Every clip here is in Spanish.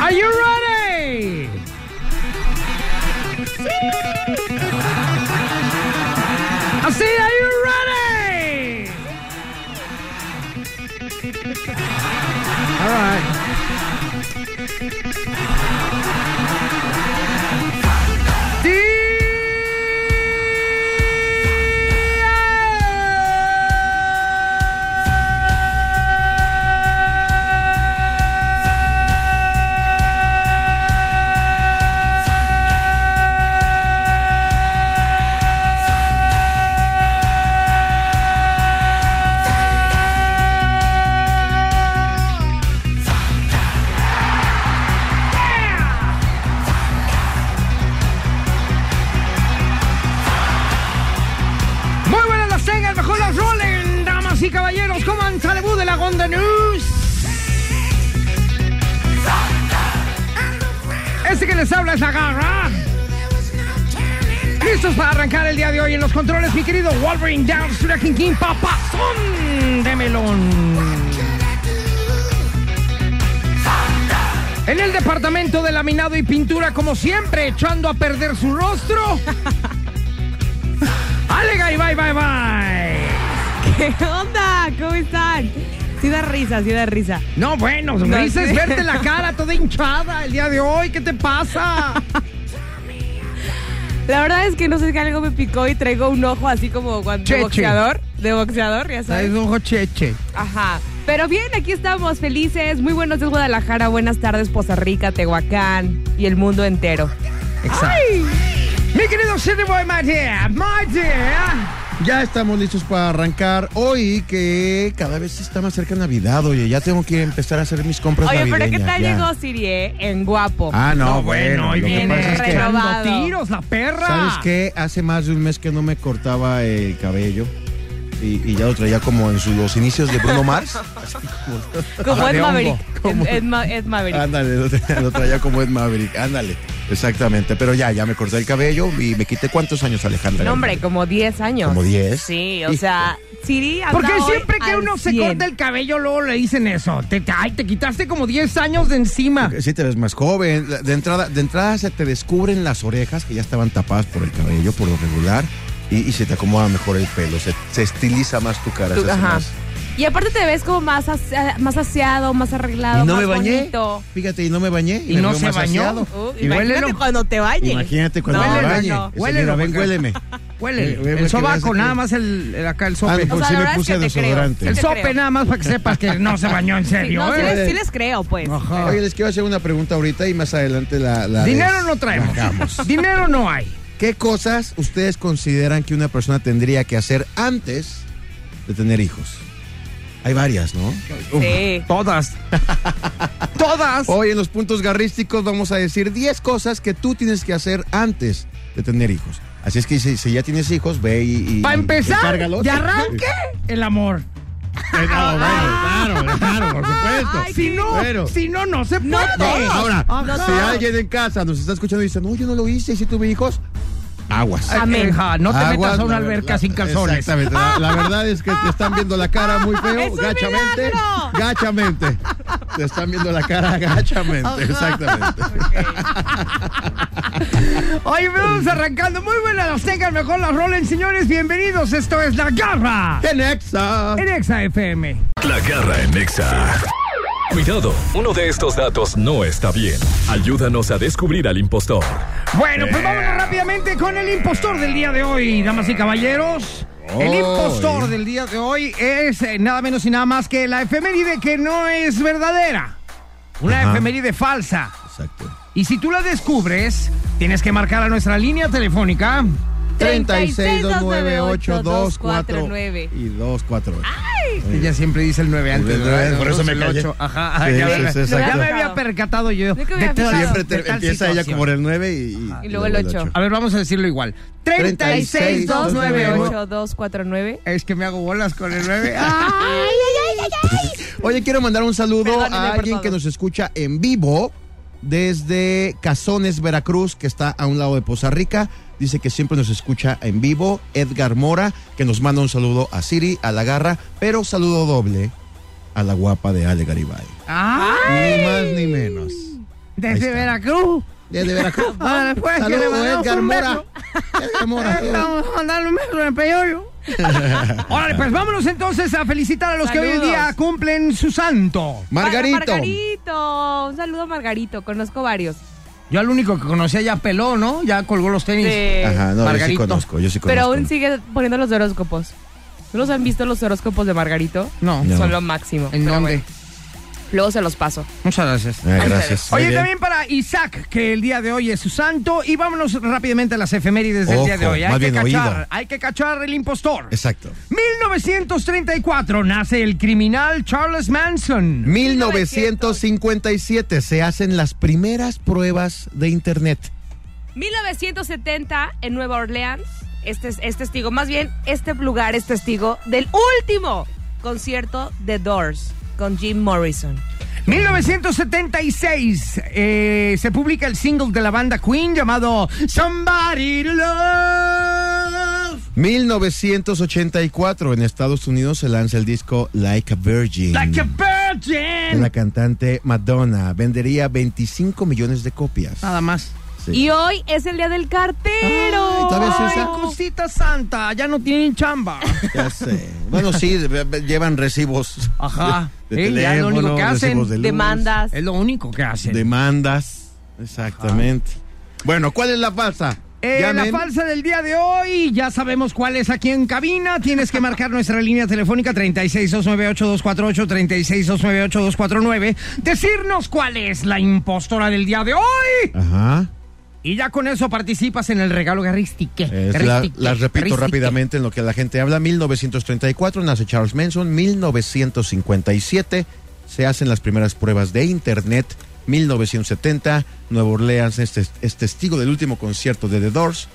Are you ready? I say, are you ready? All right. Muy buenas las tengan, mejor las rolen, damas y caballeros. ¿Cómo han salido de la Gonda News? Este que les habla es la garra. Listos para arrancar el día de hoy en los controles, mi querido Wolverine Down, King King, papazón de melón. En el departamento de laminado y pintura, como siempre, echando a perder su rostro. Alega y bye, bye, bye. ¿Qué onda? ¿Cómo están? Sí da risa, sí da risa. No, bueno, me No dices sé. verte la cara toda hinchada el día de hoy, ¿qué te pasa? La verdad es que no sé que algo me picó y traigo un ojo así como cuando Cheche. de boxeador, de boxeador, ya Es sabes. un jocheche. Ajá. Pero bien, aquí estamos felices. Muy buenos días Guadalajara, buenas tardes Poza Rica, Tehuacán y el mundo entero. Exacto. Mi querido City Boy, my dear, my dear. Ya estamos listos para arrancar hoy que cada vez está más cerca Navidad, oye, ya tengo que empezar a hacer mis compras Oye, pero navideñas. ¿qué tal Pues ya. llegó Sirie en guapo? Ah, no, bueno, hoy lo que viene pasa es que, renovado. echando tiros, la perra. ¿sabes qué? Hace más de un mes que no me cortaba el cabello y, y ya lo traía como en sus, los inicios de Bruno Mars. Como Ah, Ed de hongo. Maverick. ¿Cómo? Ah, Ed, Ed Ma- Ed Maverick. Ándale, lo traía, lo traía como Ed Maverick, ándale. Exactamente, pero ya, ya me corté el cabello y me quité cuántos años, Alejandra. No, hombre, como 10 años. Como 10. Sí, o Híjole. sea, Siri anda Porque hoy siempre que al uno se 100. corta el cabello, luego le dicen eso. Te, te- ay, te quitaste como 10 años de encima. Sí, te ves más joven. La- De entrada, de entrada se te descubren las orejas que ya estaban tapadas por el cabello, por lo regular, y, y se te acomoda mejor el pelo. Se, se estiliza más tu cara. Tú- se hace ajá. más- Y aparte te ves como más, asia- más aseado, más arreglado, Y no Ah, más me bañé. bonito. Fíjate, y no me bañé. Y me no veo se más bañó. aseado. Uh, Y huélelo. imagínate cuando te bañes. Imagínate cuando No, me no, bañe. no. Y Huélelo, señora, ven, porque- huéleme. Huele. Eh, eh, el que sobaco, hace que- nada más el, el- acá el Ah, sope. no, pues O sea, sí la me verdad es puse que te creo. desodorante. el te sope creo. nada más para que sepas que no se bañó en Sí, serio. no, sí, ¿eh? les, sí les creo, pues. Ajá. Oye, les quiero hacer una pregunta ahorita y más adelante la. la Dinero des- no traemos. bajamos. Dinero no hay. ¿Qué cosas ustedes consideran que una persona tendría que hacer antes de tener hijos? Hay varias, ¿no? Sí. Todas. Todas. Hoy en los puntos garrísticos vamos a decir 10 cosas que tú tienes que hacer antes de tener hijos. Así es que si, si ya tienes hijos, ve y... y- Para y empezar, encárgalos. de arranque, el amor. Pues, claro, claro, por supuesto. Ay, Si sí. no, Pero- si no, no se puede. No, ahora, Ajá. si alguien en casa nos está escuchando y dice, no, yo no lo hice, si tuve hijos, aguas. Ay, Amén. hija, no te Aguas, metas a una la alberca verdad- sin calzones. Exactamente. La, la verdad es que te están viendo la cara muy feo, ¡Es un gachamente. milagro! Gachamente. Te están viendo la cara gachamente. Exactamente. Hoy vamos arrancando. Muy buenas las tengan, mejor las rolen, señores. Bienvenidos. Esto es La Garra En Exa. en Exa FM. La garra en Nexa. Cuidado, uno de estos datos no está bien. Ayúdanos a descubrir al impostor. Eh. Bueno, pues vámonos rápidamente con el impostor del día de hoy, damas y caballeros. El impostor del día de hoy es eh, nada menos y nada más que la efeméride que no es verdadera. Una Ajá. efeméride falsa. Exacto. Y si tú la descubres, tienes que marcar a nuestra línea telefónica. 36298249 y 248. Ah, Ella Este siempre dice el 9 antes. El ¿verdad? nueve, por eso me El callé. ocho, Ajá, Sí, ya, sí, me- sí, ya exacto. me había percatado yo. Nunca me de había tal- fijado. Siempre de te- tal empieza ella situación. como en el 9 y, Y luego el ocho. ocho. A ver, vamos a decirlo igual. 36298249. 36298249. Es que me hago bolas con el 9. Oye, quiero mandar un saludo Perdónenme, a por alguien favor. que nos escucha en vivo desde Cazones, Veracruz, que está a un lado de Poza Rica. Dice que siempre nos escucha en vivo. Edgar Mora, que nos manda un saludo a Siri, a la garra, pero saludo doble a la guapa de Ale Garibay. Ah, Ni más ni menos. Ahí desde está. Veracruz. Desde Veracruz. Ah, después que le Saludos, mandamos Edgar un Mora. beso. Edgar Mora. eh. Vamos a mandarle un beso en el peyoyo. Órale, pues vámonos entonces a felicitar a los que hoy en Saludos. día cumplen su santo. Margarito. Margarito. Un saludo a Margarito. Conozco varios. Yo al único que conocía ya peló, ¿no? Ya colgó los tenis. Sí. Ajá, no, yo sí Margarito. conozco, yo sí Pero conozco. aún sigue poniendo los horóscopos. ¿No los han visto los horóscopos de Margarito? No. No. Son lo máximo. ¿En pero dónde? bueno. luego se los paso. Muchas gracias. Ah, gracias. Oye, Muy bien. también para Isaac, que el día de hoy es su santo. Y vámonos rápidamente a las efemérides del Ojo, día de hoy. Hay más que bien oído. cachar, hay que cachar el impostor. Exacto. 1934 nace el criminal Charles Manson. 1957 se hacen las primeras pruebas de internet. 1970 en Nueva Orleans. Este es, es testigo, más bien, este lugar es testigo del último concierto de Doors con Jim Morrison. 1976 eh, se publica el single de la banda Queen llamado Somebody to Love. 1984 en Estados Unidos se lanza el disco Like a Virgin. Like a de la virgin. cantante Madonna vendería 25 millones de copias. Nada más. Sí. Y hoy es el día del cartero. Ay, todavía se Ay, usa. cosita santa, ya no tienen chamba. Ya sé. Bueno, sí, ve- ve- llevan recibos. Ajá. De, Sí, teléfono, ya es lo único que hacen. recibos de luz, Demandas. Es lo único que hacen. Demandas. Exactamente. Bueno, ¿cuál es la falsa? Eh, la Llamen. falsa del día de hoy, ya sabemos cuál es aquí en cabina. Tienes que marcar nuestra línea telefónica 36298248, 36298249. Decirnos cuál es la impostora del día de hoy. Ajá. Y ya con eso participas en el regalo garristique. Es la- Garristique, las repito garristique. rápidamente en lo que la gente habla. 1934 nace Charles Manson. 1957 se hacen las primeras pruebas de Internet. 1970 Nueva Orleans es, tes- es testigo del último concierto de The Doors.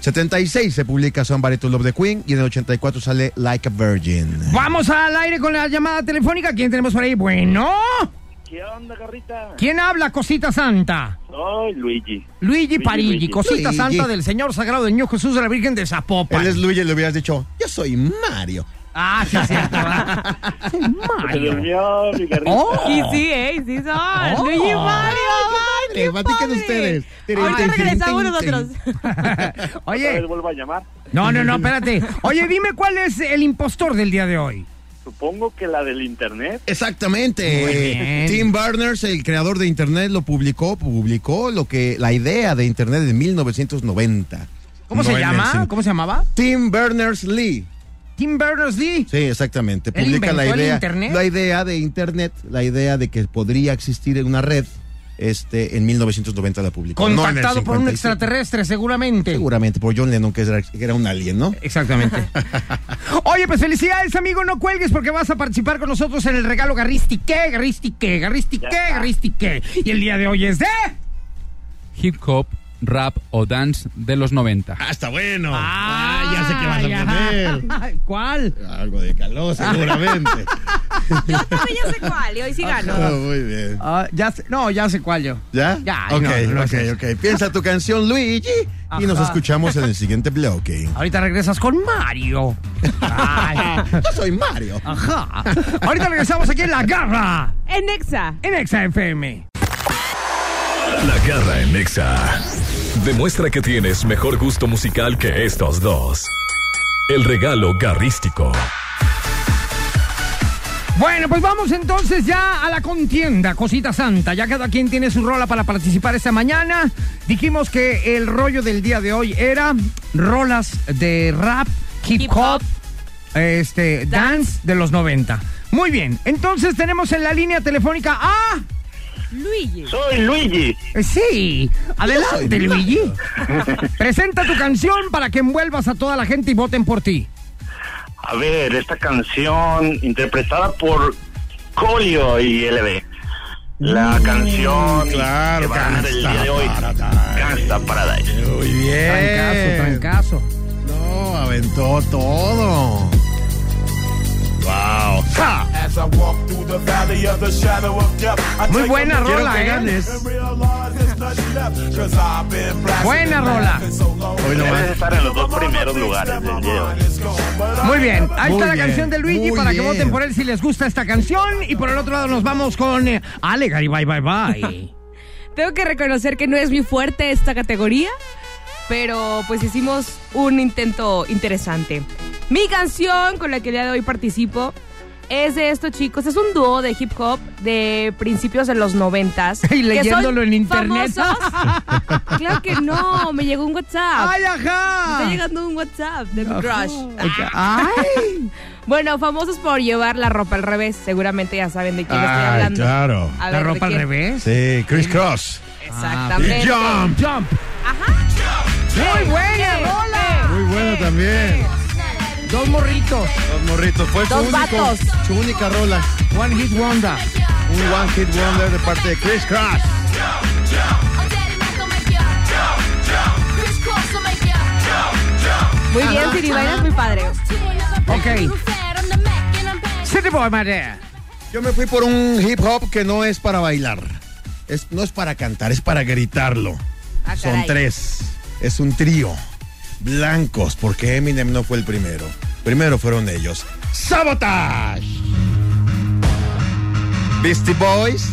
76 se publica Somebody to Love the Queen y en el 84 sale Like a Virgin. Vamos al aire con la llamada telefónica. ¿Quién tenemos por ahí? Bueno, ¿Qué onda, garrita? ¿quién habla, cosita santa? Soy Luigi. Luigi Luigi, Parigi, Luigi. cosita Luigi. santa del Señor Sagrado de Niño Jesús de la Virgen de Zapopan. Él es Luis y le hubieras dicho, yo soy Mario. Ah, sí, es cierto. ¿verdad? Se Mario. durmió mi garrita. Oh. Y sí, ¿eh? Y sí son. Oh. Luigi Mario. Qué ¡Ay, padre, qué platiquen padre. ustedes. Tin, Ahorita tin, tin, regresamos tin, tin. nosotros. Otra vez Oye, vuelvo a llamar. no, no, no, espérate. Oye, dime cuál es el impostor del día de hoy. Supongo que la del internet. Muy Exactamente. bien. Tim Berners, el creador de internet, lo publicó, publicó lo que la idea de internet en 1990. ¿Cómo No se en llama? el cin- ¿Cómo se llamaba? Tim Berners-Lee. Tim Berners-Lee. Sí, exactamente. Él Publica la inventó el idea, internet. la idea de internet, la idea de que podría existir una red. Este, en 1990 la publicó. No en el Contactado por un 55. extraterrestre, seguramente. Seguramente por John Lennon que era, que era un alien, ¿no? Exactamente. Oye, pues felicidades, amigo. No cuelgues porque vas a participar con nosotros en el regalo Garristique, Garristique, Garristique, Ya está. Garristique. Y el día de hoy es de. hip hop, rap o dance de los 90. Ah, está bueno. Ah, Ah, Ay, ajá. ¿Cuál? Algo de calor, seguramente. Yo también ya sé cuál. Y hoy sí Ah, gano. muy bien. Ah, ya sé- no, ya sé cuál yo. ¿Ya? Ya, Ok, no, no ok, sé. ok. Piensa tu canción, Luigi. Y nos Ajá. escuchamos en el siguiente bloque. Ahorita regresas con Mario. Ay. Yo soy Mario. Ajá. Ahorita regresamos aquí en La Garra, En Nexa. en Exa FM. La garra en Nexa. Demuestra que tienes mejor gusto musical que estos dos. El regalo garrístico. Bueno, pues vamos entonces ya a la contienda, cosita santa. Ya cada quien tiene su rola para participar esta mañana. Dijimos que el rollo del día de hoy era rolas de rap hip Hip hop, hop. este, dance de los 90. Muy bien, entonces tenemos en la línea telefónica a... Luigi. Soy Luigi. Eh, Sí, adelante Luigi. Presenta tu canción para que envuelvas a toda la gente y voten por ti. A ver, esta canción interpretada por Colio y LB. Mm, La canción claro, que va a ganar el día de hoy. Gangsta Paradise. Muy bien. Eh, Trancazo, trancazo. No, aventó todo. Wow. Muy buena rola, ¿eh? Buena rola. Hoy no Debes más. estar en los dos primeros lugares del día de hoy. Muy bien, ahí Muy está la bien, canción de Luigi muy para que bien. voten por él si les gusta esta canción. Y por el otro lado nos vamos con eh, Ale Garibay, bye, bye. Tengo que reconocer que no es mi fuerte esta categoría, pero pues hicimos un intento interesante. Mi canción con la que el día de hoy participo es de estos chicos. Es un dúo de hip hop de principios de los noventas. Y que son leyéndolo en internet. famosos. claro que no, me llegó un WhatsApp. ¡Ay, ah. Me Está ajá! llegando Ah. un WhatsApp de mi crush. ¡Ay! Bueno, famosos por llevar la ropa al revés. Seguramente ya saben de quién estoy Ay, hablando. claro. A ¿La ver, ¿de ropa al quién? revés? Ah, Sí, Chris Cross. Exactamente. Jump. ¡Jump! ¡Muy buena rola! Muy bueno también. Dos morritos. Los morritos. Fue Dos su, único, vatos. su única rola. One hit wonder. Un One Hit Wonder de parte de Chris Cross. Muy bien, Siribaya, es muy padre. Ok. City Boy, María. Yo me fui por un hip hop que no es para bailar. Es, no es para cantar, es para gritarlo. Ah, Son caray. tres. Es un trío. Blancos, porque Eminem no fue el primero. Primero fueron ellos. ¡Sabotage! Beastie Boys.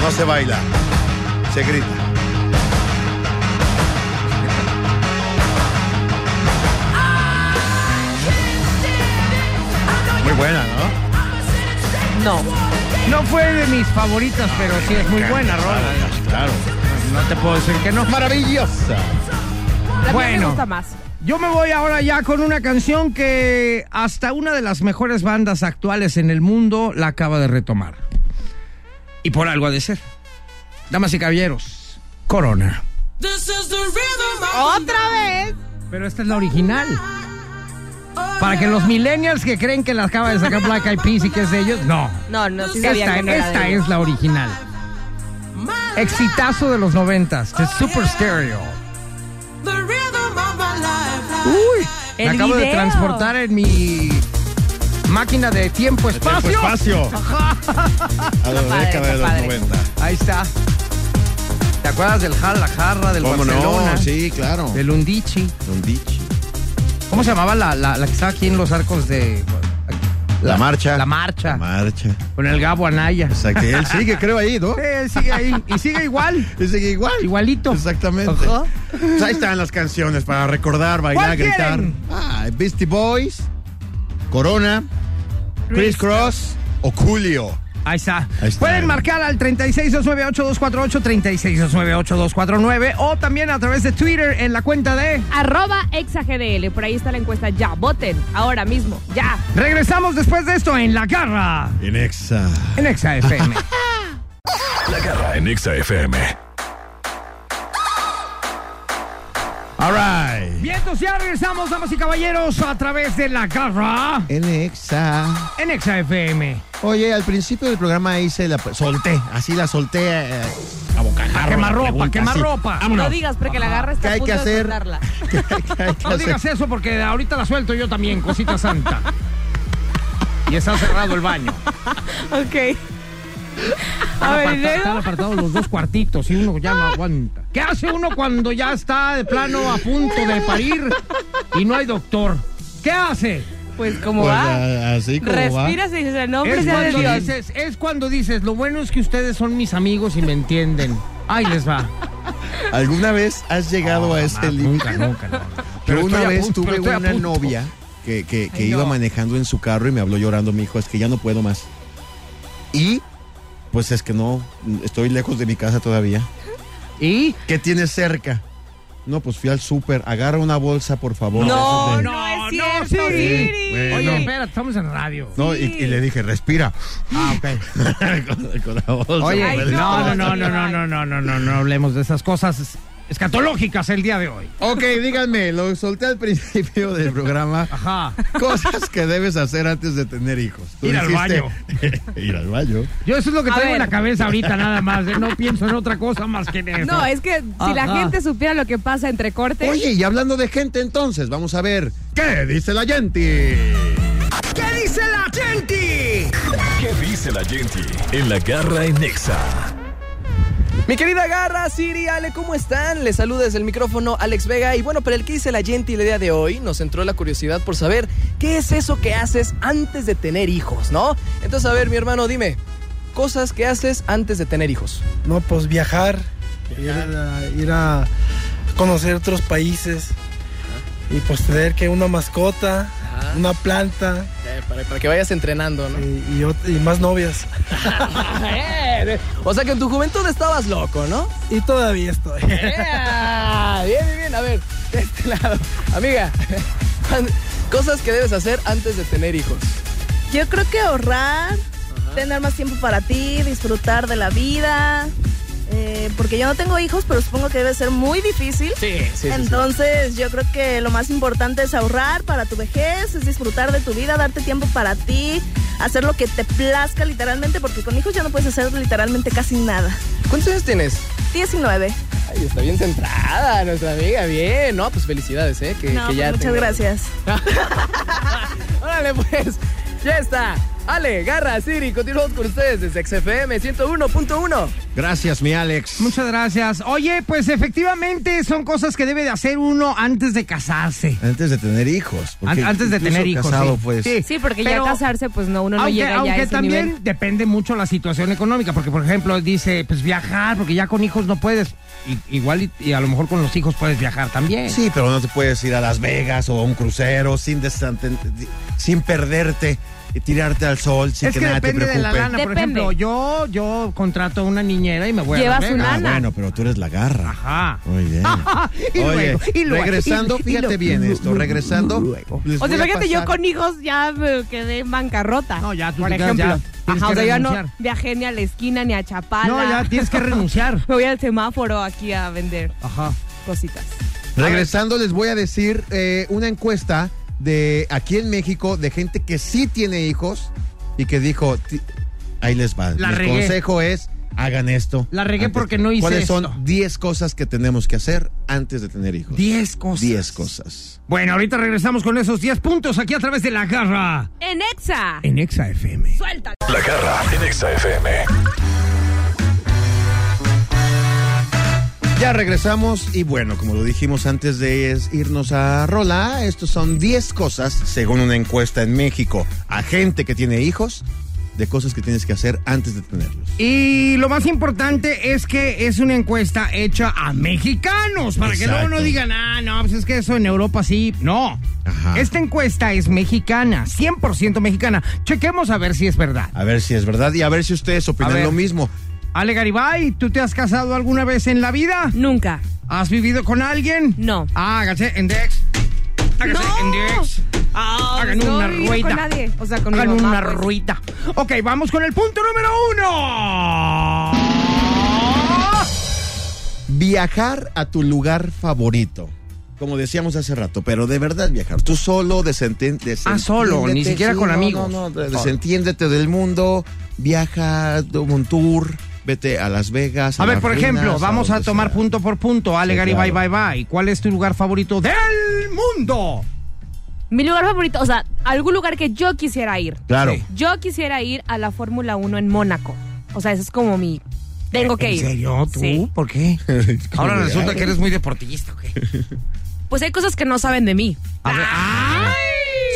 No se baila, se grita. Muy buena, ¿no? No. No fue de mis favoritas, pero sí es muy buena rola. Claro. No te puedo decir que no. Maravillosa. La mía me Bueno. gusta más. Yo me voy ahora ya con una canción que hasta una de las mejores bandas actuales en el mundo la acaba de retomar. Y por algo ha de ser. Damas y caballeros, Corona. ¡Otra vez! Pero esta es la original. Para que los millennials que creen que la acaba de sacar Black Eyed Peas y que es de ellos, no. No, no, sí sabía Esta, que no era esta de- es la original. Exitazo de los noventas, de Super Stereo. Uy, me El acabo de video. transportar en mi máquina de tiempo-espacio. Tiempo, espacio. A la Está padre, década de está los padre. 90. Ahí está. ¿Te acuerdas del Jal, la jarra, del ¿Cómo Barcelona? no? Sí, claro. Del Undichi. Don Dichi. ¿Cómo se llamaba la, la- la que estaba aquí en los arcos de... La marcha. La marcha. La marcha. Con el Gabo Anaya. Sí, Exacto. Él sigue, creo, ahí, ¿no? él sigue ahí. Y sigue igual. Él sigue igual. Igualito. Exactamente. Ajá. Pues ahí están las canciones para recordar, bailar, ¿Cuál gritar. quieren? Ah, Beastie Boys, Corona, Chris Cross o Julio. Ahí está. Ahí está. Pueden marcar al 36298248, 36298249 o también a través de Twitter en la cuenta de... Arroba exagdl. Por ahí está la encuesta. Ya, voten. Ahora mismo. Ya. Regresamos después de esto en La Garra, En Exa. en Exa FM. La garra en Exa FM. All right. Bien, entonces ya regresamos, damas y caballeros, a través de La Garra, En Exa. en Exa FM. Oye, al principio del programa hice la. Solté, así la solté eh, a bocajarro. Quemarropa, la pregunta, así. quemarropa. Vámonos. No digas, porque la garra está ¿Qué a hay que punto de hacer? soltarla. ¿Qué hay que No hacer? digas eso porque ahorita la suelto yo también, cosita santa. Y está cerrado el baño. Ok. A ver, ¿y Aparta- luego? están apartados los dos cuartitos y uno ya no aguanta. ¿Qué hace uno cuando ya está de plano a punto de parir y no hay doctor? ¿Qué hace? Pues como Pues, va. a- así como Respiras y dices el nombre Es sea de cuando, Dios. dices, es cuando dices, lo bueno es que ustedes son mis amigos y me entienden. Ahí les va. va. ¿Alguna vez has llegado a ese Ah, límite? nunca, nunca. no. Yo una estoy a vez punto, tuve pero estoy a una punto. novia que, que- que Ay, iba no. manejando en su carro y me habló llorando, me dijo, es que ya no puedo más. Y pues es que no, estoy lejos de mi casa todavía. ¿Y? ¿Qué tienes cerca? No, pues fui al súper. Agarra una bolsa, por favor. No, de esas de- no es no, cierto, sí. Siri. Bueno. Oye, espera, estamos en radio. No, y, y le dije, respira. Ah, ok. con, con la bolsa. Oye, Ay, no, no, no, no, no, no, no, no, no, no, no, no hablemos de esas cosas escatológicas el día de hoy. Ok, díganme, lo solté al principio del programa. Ajá. Cosas que debes hacer antes de tener hijos. Tú Ir al dijiste- baño. ir al baño. Yo eso es lo que A traigo en la ver. cabeza ahorita nada más. ¿eh? No pienso en otra cosa más que en eso. No, eh, es que si la Ajá. gente supiera lo que pasa entre cortes. Oye, y hablando de gente entonces, vamos a ver qué dice la gente. ¿Qué dice la gente? ¿Qué dice la gente en la garra en Nexa? Mi querida Garra, Siri, Ale, ¿cómo están? Les saluda desde el micrófono Alex Vega. Y bueno, para el que hice la gente el día de hoy, nos entró la curiosidad por saber qué es eso que haces antes de tener hijos, ¿no? Entonces, a ver, mi hermano, dime, cosas que haces antes de tener hijos. No, pues viajar, Ir, a, ir a conocer otros países y pues tener que una mascota, Ajá. una planta Eh, Para, para que vayas entrenando, ¿no? y, y ot- y más novias. O sea que en tu juventud estabas loco, ¿no? Y todavía estoy. ¡Ea! Bien, bien, bien. A ver, de este lado. Amiga, cuan- cosas que debes hacer antes de tener hijos. Yo creo que ahorrar, tener más tiempo para ti, disfrutar de la vida. eh, porque yo no tengo hijos, pero supongo que debe ser muy difícil. Sí, sí, sí. Entonces, yo creo que lo más importante es ahorrar para tu vejez, es disfrutar de tu vida, darte tiempo para ti, hacer lo que te plazca literalmente, porque con hijos ya no puedes hacer literalmente casi nada. ¿Cuántos años tienes? 19. Ay, está bien centrada nuestra amiga, bien. No, pues felicidades, ¿eh? Que, No, que ya pues muchas tenga- gracias. Órale, pues, ya está. Ale, Garra, Siri, continuamos con ustedes desde XFM 101.1. Gracias, mi Alex. Muchas gracias. Oye, pues efectivamente son cosas que debe de hacer uno antes de casarse. Antes de tener hijos. porque An- antes de incluso tener hijos. casado, sí. pues. Sí, porque Pero- ya casarse, pues no, uno no aunque, llega ya aunque a ese también nivel. depende mucho la situación económica, porque por ejemplo dice, pues viajar, porque ya con hijos no puedes. I- igual y, y a lo mejor con los hijos puedes viajar también. Sí, pero no te puedes ir a Las Vegas o a un crucero sin, destante- sin perderte y tirarte al sol sin es que, que nada te depende preocupe. de la lana. Por Depende. ejemplo, yo, yo contrato una niñera y me voy Llevas a Las Vegas. una- Ah, lana. bueno, pero tú eres la garra. Ajá. Muy bien. y Oye, luego, y luego, regresando, y- y fíjate luego, bien y esto, luego, regresando. y luego. les O sea, voy a fíjate, yo pasar- con hijos ya me quedé en bancarrota. No, ya tú Por te quedas, ejemplo. ya tienes que Ajá, o sea, ya no renunciar. viajé ni a la esquina ni a Chapala. No, ya tienes que renunciar. Me voy al semáforo aquí a vender Ajá. cositas. Regresando, les voy a decir eh, una encuesta de aquí en México de gente que sí tiene hijos y que dijo, "Ti- ahí les va. La Mi regué. consejo es, hagan esto. La regué antes porque de- no hice ¿Cuáles esto? son 10 cosas que tenemos que hacer antes de tener hijos? 10 cosas. 10 cosas. Bueno, ahorita regresamos con esos 10 puntos aquí a través de la garra En Exa. en Exa FM. Suelta. La garra en Nexa FM. Ya regresamos y bueno, como lo dijimos antes de es- irnos a Rola, estos son 10 cosas, según una encuesta en México, a gente que tiene hijos, de cosas que tienes que hacer antes de tenerlos. Y lo más importante es que es una encuesta hecha a mexicanos, para que luego Exacto. no digan, ah, no, pues es que eso en Europa sí. No. Ajá. Esta encuesta es mexicana, 100% mexicana. Chequemos a ver si es verdad. A ver si es verdad y a ver si ustedes A opinan ver. lo mismo. Ale Garibay, ¿tú te has casado alguna vez en la vida? Nunca. ¿Has vivido con alguien? No. Hágase index. Hágase index. Ah, Hagan no una vivo rueda. Con nadie. O sea, con mi Hagan mamá, una pues. ruita. Ok, vamos con el punto número uno. Viajar a tu lugar favorito. Como decíamos hace rato, pero de verdad viajar. Tú solo, desenten- desentiéndete. Ah, solo, ni siquiera con no, amigos. No, no, desentiéndete del mundo, viaja, toma un tour, vete a Las Vegas. A ver, las por ruinas, ejemplo, vamos a donde tomar sea. punto por punto. Ale Sí, Garibay, claro. bye bye. ¿Cuál es tu lugar favorito del mundo? Mi lugar favorito, o sea, algún lugar que yo quisiera ir. Claro. Sí. Yo quisiera ir a la Fórmula 1 en Mónaco. O sea, ese es como mi. Tengo que ir. ¿En serio? ¿Tú? Sí. ¿Por qué? Ahora Como de, resulta ay, que eres muy deportista, ¿ok? Pues hay cosas que no saben de mí. A ver, Ah. ¡ay!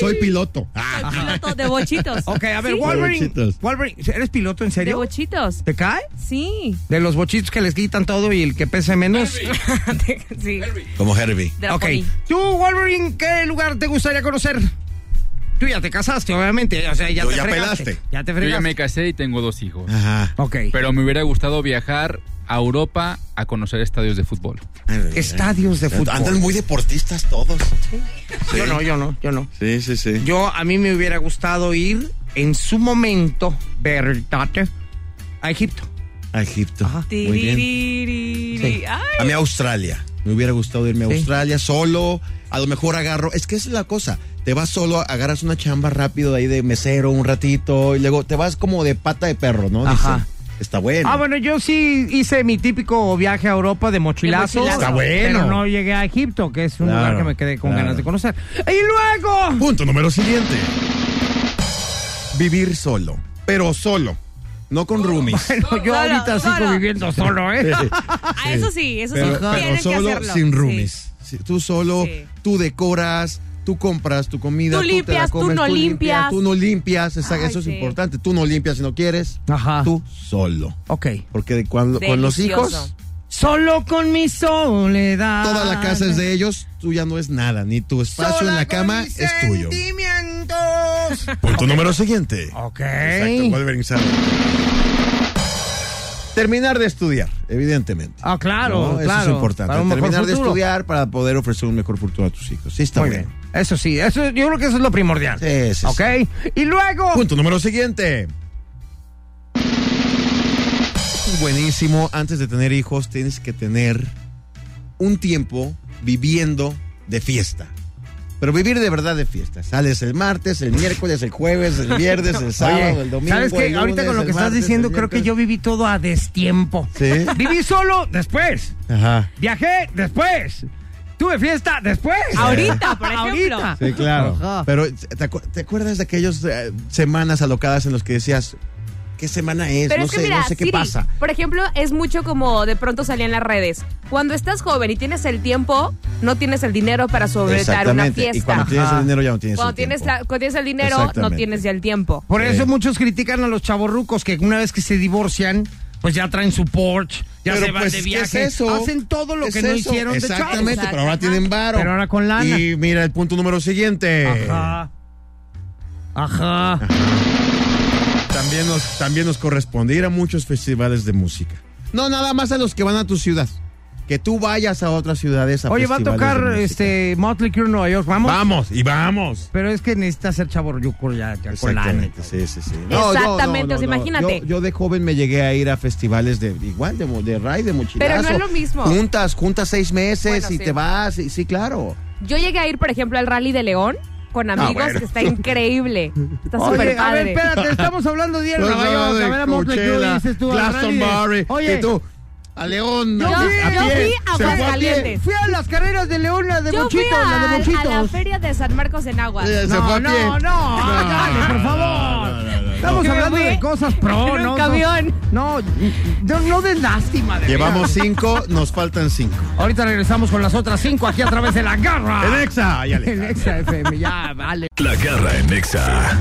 Soy piloto. Ah, Soy piloto de bochitos. Ok, a ver, Sí, Wolverine. Bochitos. Wolverine, ¿eres piloto en De serio? bochitos. ¿Te cae? Sí. De los bochitos que les quitan todo y el que pese menos. sí. como Herbie. De la Ok. poli. ¿Tú, Wolverine, qué lugar te gustaría conocer? Tú ya te casaste, obviamente. O sea, ya Tú te ya fregaste. pelaste. Ya te Yo ya fregaste. Ah. me casé y tengo dos hijos. Ajá. Ok. Pero me hubiera gustado viajar a Europa a conocer estadios de fútbol. Estadios de fútbol. Andan muy deportistas todos. Yo no, yo no, yo no. Sí, sí, sí. Yo, a mí me hubiera gustado ir en su momento, ¿verdad? A Egipto. A Egipto. Muy bien. Tiririri. Sí. Ay, A mí Australia. Me hubiera gustado irme a Sí. Australia solo. A lo mejor agarro. Es que esa es la cosa. Te vas solo, agarras una chamba rápido de ahí de mesero un ratito. Y luego te vas como de pata de perro, ¿no? Ajá. Dicen, Está bueno. Ah, bueno, yo sí hice mi típico viaje a Europa de mochilazo. De mochilazo. Está bueno. Pero no llegué a Egipto, que es un Claro, lugar que me quedé con claro. ganas de conocer. Y luego. Punto número siguiente. Vivir solo. Pero solo. No con roomies. Bueno, yo Solo, ahorita sigo solo. viviendo solo, ¿eh? ah, eso sí, eso pero, sí. pero tienen que solo hacerlo. sin Sí. roomies. Sí, tú solo, Sí. tú decoras, tú compras tu comida, Tú te la limpias, tú comes, no limpias. Tú no limpias, esa- Ay, eso es sí. importante. Tú no limpias si no quieres. Ajá. Tú solo. Ok. Porque de cuando, con los Delicioso. hijos, Solo con mi soledad. toda la casa es de ellos, tú ya no es nada. Ni tu espacio Sola en la con cama mis es tuyo. Sentimientos. Punto número siguiente. Ok. Exacto, Wolverine sabe. Terminar de estudiar, evidentemente. Ah, claro, No, Eso claro, es importante. para un mejor Terminar de futuro. estudiar para poder ofrecer un mejor futuro a tus hijos. Sí, está Muy bueno. bien. Eso sí, eso, yo creo que eso es lo primordial. Sí, sí, sí. ok. Y luego. Punto número siguiente. Esto es buenísimo. Antes de tener hijos, tienes que tener un tiempo viviendo de fiesta. Pero vivir de verdad de fiesta. Sales el martes, el miércoles, el jueves, el viernes, el sábado, Oye, el domingo. ¿Sabes qué? el Ahorita lunes, con lo el que estás martes, diciendo, el creo que yo miércoles. viví todo a destiempo. Sí. Viví solo después. Ajá. Viajé después. Tuve fiesta después. Ahorita, por ejemplo. Ahorita. Sí, claro. Ajá. Pero ¿te, acu- te acuerdas de aquellas eh, semanas alocadas en las que decías, ¿qué semana es? Pero no es que sé, mira, no sé qué Siri, pasa. por ejemplo, es mucho como de pronto salían las redes. Cuando estás joven y tienes el tiempo, no tienes el dinero para solventar una Exactamente. fiesta. Y cuando tienes Ajá. el dinero ya no tienes Cuando el tienes, tiempo. la- cuando tienes el dinero, no Exactamente. tienes ya el tiempo. Por eso Sí. muchos critican a los chavorrucos que una vez que se divorcian, pues ya traen su Porsche, ya Pero se van pues, de ¿qué viaje. es eso? Hacen todo lo Es que no eso. hicieron de chavos. Exactamente, pero ahora tienen varo. Pero ahora con lana. Y mira el punto número siguiente. Ajá. Ajá. También nos, también nos corresponde ir a muchos festivales de música. No, nada más a los que van a tu ciudad. Que tú vayas a otras ciudades a Oye, va a festivales de tocar música. este Motley Crue en Nueva York. Vamos. Vamos, y vamos. Pero es que necesita ser chavorruco ya, ya con lana. Exactamente, sí, sí, sí. Exactamente, o sea, imagínate. Yo, yo de joven me llegué a ir a festivales de igual, de, mo- de ray, de mochilazo. Pero no es lo mismo. Juntas, juntas seis meses Bueno, y sí. te vas, y, sí, claro. Yo llegué a ir, por ejemplo, al Rally de León con amigos, Ah, bueno. que está increíble. Está Oye, súper a ver, padre. espérate, estamos hablando de Los Nueva York. de A ver, a Motley Crue, Coachella, dices tú, al rally de- Glastonbury, Oye, y tú, a León. Yo a fui- pie, yo fui a se fue pie. Aguascalientes. fui a las carreras de León, la de Yo fui Mochitos, la de al- a, la Mochitos. feria de San Marcos en Aguas. Eh, se No, fue a no, pie. no, ah, dale, por favor. Estamos Que me hablando fui de cosas pro, en un ¿no? camión. No, no, no des lástima. De Llevamos cinco, nos faltan cinco. veras. Ahorita regresamos con las otras cinco aquí a través de la Ah. En garra. Exa, ya le. En Exa FM, ya, vale. La garra en Nexa.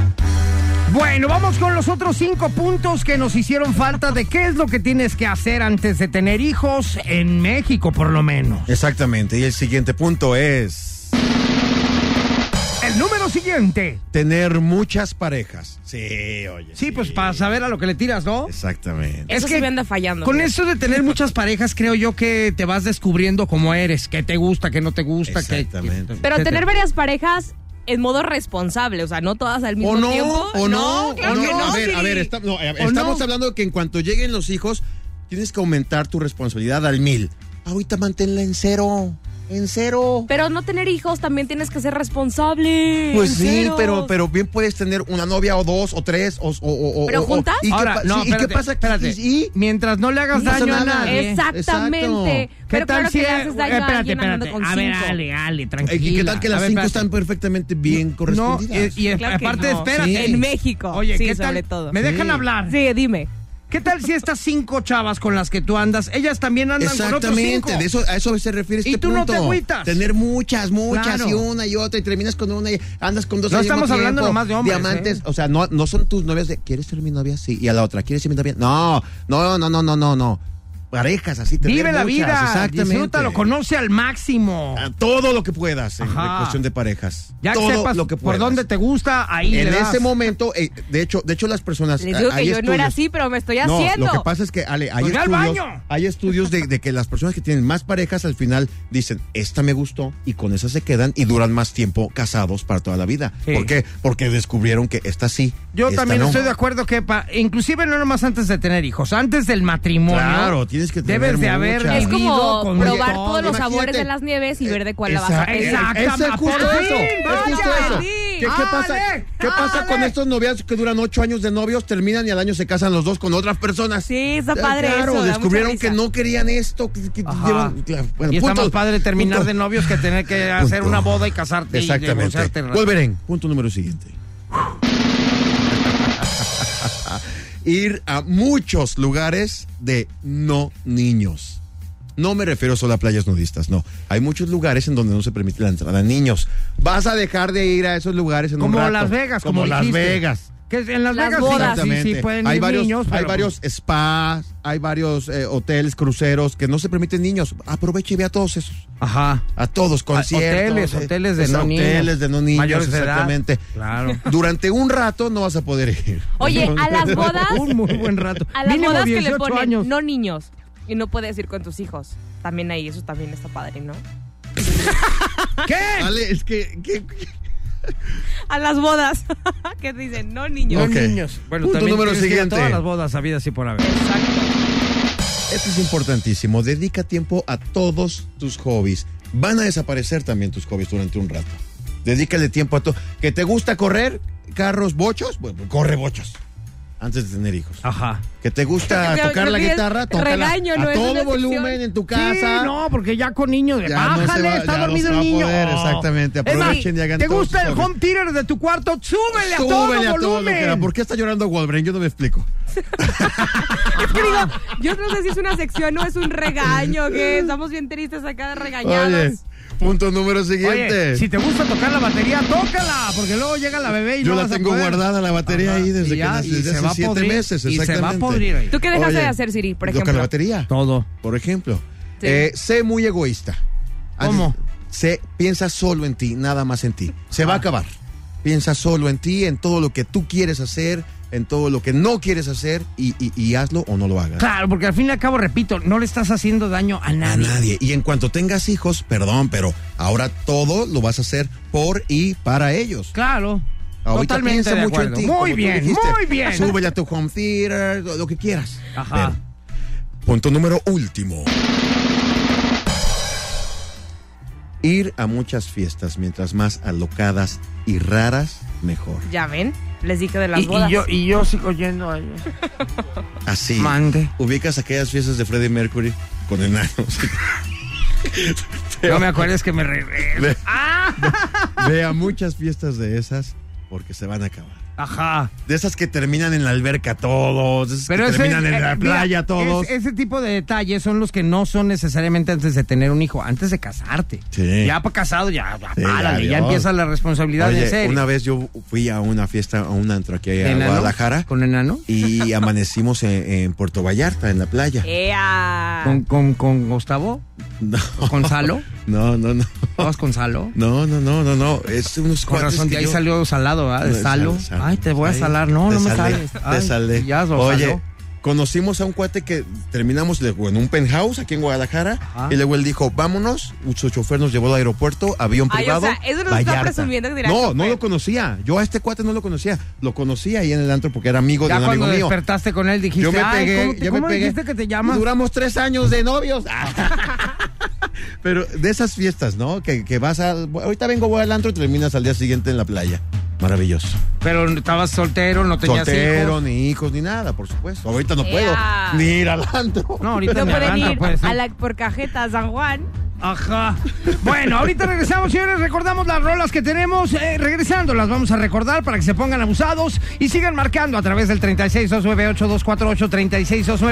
Bueno, vamos con los otros cinco puntos que nos hicieron falta de qué es lo que tienes que hacer antes de tener hijos en México, por lo menos. Exactamente, y el siguiente punto es El número siguiente. tener muchas parejas. Sí, oye. Sí, pues para saber a lo que le tiras, ¿no? Exactamente. Eso sí me anda fallando, Con fíjate. eso de tener muchas parejas, creo yo que te vas descubriendo cómo eres, qué te gusta, qué no te gusta, qué. Exactamente. Pero etcétera. tener varias parejas en modo responsable, o sea, no todas al mismo o no, tiempo. o no, claro o no. que no, a ver, a Siri. ver, esta- no, a ver, O estamos no. hablando que en cuanto lleguen los hijos, tienes que aumentar tu responsabilidad al mil. Ahorita manténla en cero, en cero. Pero no tener hijos también tienes que ser responsable. Pues en sí, serio. pero, pero bien puedes tener una novia o dos o tres o... o- o- o- ¿Pero o- juntas? ¿Y, Ahora, qué, pa- no, sí, ¿y qué espérate, pasa? Espérate. ¿Y? y- Mientras no le hagas No pasa daño a nada. nadie. Exactamente. Exacto. Pero claro que le eh, haces daño a espérate, alguien espérate. andando con a ver, cinco. Ale, Ale, Eh, ¿Y tranquila. qué tal que A las ver, cinco espérate. están perfectamente bien No, eh, correspondidas? y, y Claro que aparte, no. espérate. Sí. En México. Oye, sí, ¿qué tal? sobre todo. ¿Me dejan hablar? Sí, dime. ¿Qué tal si estas cinco chavas con las que tú andas, ellas también andan con otros cinco? Exactamente, de eso, a eso se refiere Y este tú no punto. te agüitas. Tener muchas, muchas, Claro. y una y otra, y terminas con una y andas con dos No al mismo estamos hablando tiempo. nomás de hombres, Diamantes, ¿eh? o sea, no, no son tus novias de, ¿quieres ser mi novia? Sí, y a la otra, ¿quieres ser mi novia? No, no, no, no, no, no, no. parejas, así tener Vive la muchas, vida, exactamente. disfrútalo, conoce al máximo. Todo lo que puedas en Ajá. cuestión de parejas. Ya que Todo sepas lo que por puedas. dónde te gusta, ahí en le das. ese momento, eh, de hecho, de hecho las personas Les digo hay que yo no estudios- era así, pero me estoy Pues No, haciendo. lo que pasa es que, Ale, hay Pues ve al estudios, baño. hay estudios de, de que las personas que tienen más parejas al final dicen, esta me gustó, y con esa se quedan y duran más tiempo casados para toda la vida. Sí. ¿Por qué? Porque descubrieron que esta sí. Yo esta también no. estoy de acuerdo que, pa- inclusive no nomás antes de tener hijos, antes del matrimonio. Claro, tienes que tener Debes de haber muchas. es vivido como con probar todo. todos los Imagínate. sabores de las nieves y ver de cuál la vas a Exacto. pedir. Ese es justo por eso. fin, es justo vaya. eso. ¿Qué, qué pasa, Ale, ¿qué pasa con estos noviazgos que duran ocho años de novios, terminan y al año se casan los dos con otras personas? Sí, está Ah, padre Claro, eso, da mucha descubrieron risa. que no querían esto. que- que Ajá. llevan- claro, bueno, y está punto, más padre terminar punto. de novios que tener que hacer Punto. una boda y casarte y Exactamente. divorciarte. Wolverine, punto número siguiente. Ir a muchos lugares de no niños. No me refiero solo a playas nudistas, no. Hay muchos lugares en donde no se permite la entrada a niños. Vas a dejar de ir a esos lugares en un Como rato. Las Vegas, como, Las dijiste. Vegas. Que en Las, Las Vegas sí, bodas. sí, sí, Exactamente. pueden hay ir varios, niños, hay pero- varios spas, hay varios eh, hoteles, cruceros que no se permiten niños. Aproveche y ve a todos esos. Ajá. A todos, conciertos. Hoteles, eh, hoteles de es- no niños. Hoteles de no niños, Mayores de edad. exactamente. Claro. Durante un rato no vas a poder ir. Oye, a las bodas, Un muy buen rato. a las Mínimo bodas que le 18 ponen años. no niños y no puedes ir con tus hijos. También ahí eso también está padre, ¿no? ¿Qué? Ale, es que... que- A las bodas que dicen no niños. No. Ok. niños. Bueno, Punto también número tienes que ir a siguiente. todas las bodas habidas y por haber. Esto es importantísimo. Dedica tiempo a todos tus hobbies. Van a desaparecer también tus hobbies durante un rato. Dedícale tiempo a todo. ¿Que te gusta correr? ¿Carros bochos? Bueno, corre bochos. Antes de tener hijos. Ajá. ¿Que te gusta Creo que tocar la pides guitarra? Tócala regaño, no a es una todo excepción. volumen en tu casa. Sí, no, porque ya con niños. Ya no se bájale, va- está ya no dormido se el va a niño. poder, exactamente, Es más, aprovechen y hagan ¿Te todos gusta sus el hobbies. home theater de tu cuarto? Súbele a Súbele a todo todo lo que da. volumen. ¿Por qué está llorando Wolverine? Yo no me explico. Es que digo, yo no sé si es una sección o es un regaño, que estamos bien tristes acá regañados. Oye, punto número siguiente. Oye, si te gusta tocar la batería, tócala, porque luego llega la bebé y Yo no la vas a tengo poder. guardada la batería Ajá, ahí y desde ya, que nací, y desde se hace va a siete podrir, meses, y se va a exactamente. podrir ahí. ¿Tú qué dejaste Oye, de hacer, Siri, por Tocar la ejemplo? batería, Todo. por ejemplo. Sí. Eh, sé muy egoísta. Antes- ¿Cómo? sé, piensa solo en ti, nada más en ti. Se Ah. va a acabar. Piensa solo en ti, en todo lo que tú quieres hacer, en todo lo que no quieres hacer y, y- y hazlo o no lo hagas. Claro, porque al fin y al cabo, repito, no le estás haciendo daño a A nadie. nadie. Y en cuanto tengas hijos, perdón, pero ahora todo lo vas a hacer por y para ellos. Claro. Ahorita totalmente piensa de mucho en acuerdo. ti. como Muy tú bien, dijiste. muy bien. Súbele a tu home theater, lo lo que quieras. Ajá. Pero, punto número último. Ir a muchas fiestas, mientras más alocadas y raras, mejor. Ya ven, les dije de las Y, bodas. y yo, y yo sigo yendo a ellos. Así. Mande. Ubicas aquellas fiestas de Freddie Mercury con enanos. No me acuerdes que me regreso. Ve- ¡Ah! Ve a muchas fiestas de esas porque se van a acabar. Ajá. De esas que terminan en la alberca todos, de esas Pero que ese, terminan en la eh, mira, playa todos. es- ese tipo de detalles son los que no son necesariamente antes de tener un hijo, antes de casarte. Sí. Ya pa- casado, ya, ya Sí, párale, ya adiós. empieza la responsabilidad Oye, en serio. una vez yo fui a una fiesta, a un antro aquí en ¿Enano? Guadalajara ¿Con enano? y amanecimos en, en Puerto Vallarta, en la playa. ¡Ea! ¿Con, con, con Gustavo? No. ¿Con Salo? No, no, no. ¿Todos con Salo? No, no, no, no, no. Es unos Con cuates razón, que de ahí yo- salió salado, ¿verdad? Ah, De No, salo. sal- sal- Ay, te voy a ahí, salar. No, te no me salé, sales. Te Ay, salé. Ya lo Oye, saló. conocimos a un cuate que terminamos luego en un penthouse aquí en Guadalajara Ajá. y luego él dijo, vámonos, su chofer nos llevó al aeropuerto, avión Ay, o privado. sea, eso nos está presumiendo que dirá No, no chofer. lo conocía. Yo a este cuate no lo conocía. Lo conocía ahí en el antro porque era amigo Ya de un cuando pues, amigo mío. despertaste con él dijiste, Yo me ay, pegué, ¿cómo, te- yo cómo me pegué. dijiste que te llamas? Y Duramos tres años de novios. Pero de esas fiestas, ¿no? Que, que vas a... Ahorita vengo, voy al antro y terminas al día siguiente en la playa. Maravilloso. Pero estabas soltero, no tenías Soltero, hijos. ni hijos, ni nada, por supuesto. Ahorita no Ea. puedo ni ir al antro. No, ahorita No me pueden adelanto, ir pues, sí. a la por cajeta a San Juan. Ajá. Bueno, ahorita regresamos, señores. Recordamos las rolas que tenemos. Eh, regresando, las vamos a recordar para que se pongan abusados y sigan marcando a través del 36298248248,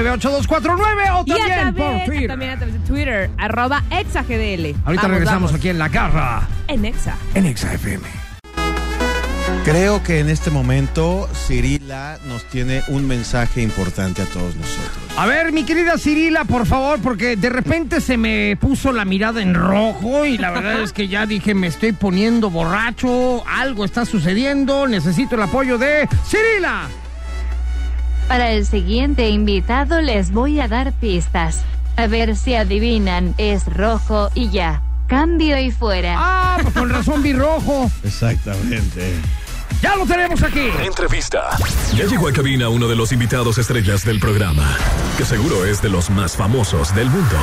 36298248249 o Y a también por través, Twitter. también a través de Twitter, arroba exagdl. Ahorita Vamos, regresamos vamos. aquí en La Garra, En Exa. en Exa FM. Creo que en este momento Cirila nos tiene un mensaje importante a todos nosotros. A ver, mi querida Cirila, por favor, porque de repente se me puso la mirada en rojo y la verdad es que ya dije, me estoy poniendo borracho, algo está sucediendo, necesito el apoyo de Cirila. Para el siguiente invitado les voy a dar pistas. A ver si adivinan, es rojo y ya. Cambio y fuera. Ah, con razón vi rojo. Exactamente. Ya lo tenemos aquí. Entrevista. Ya llegó a cabina uno de los invitados estrellas del programa, que seguro es de los más famosos del mundo.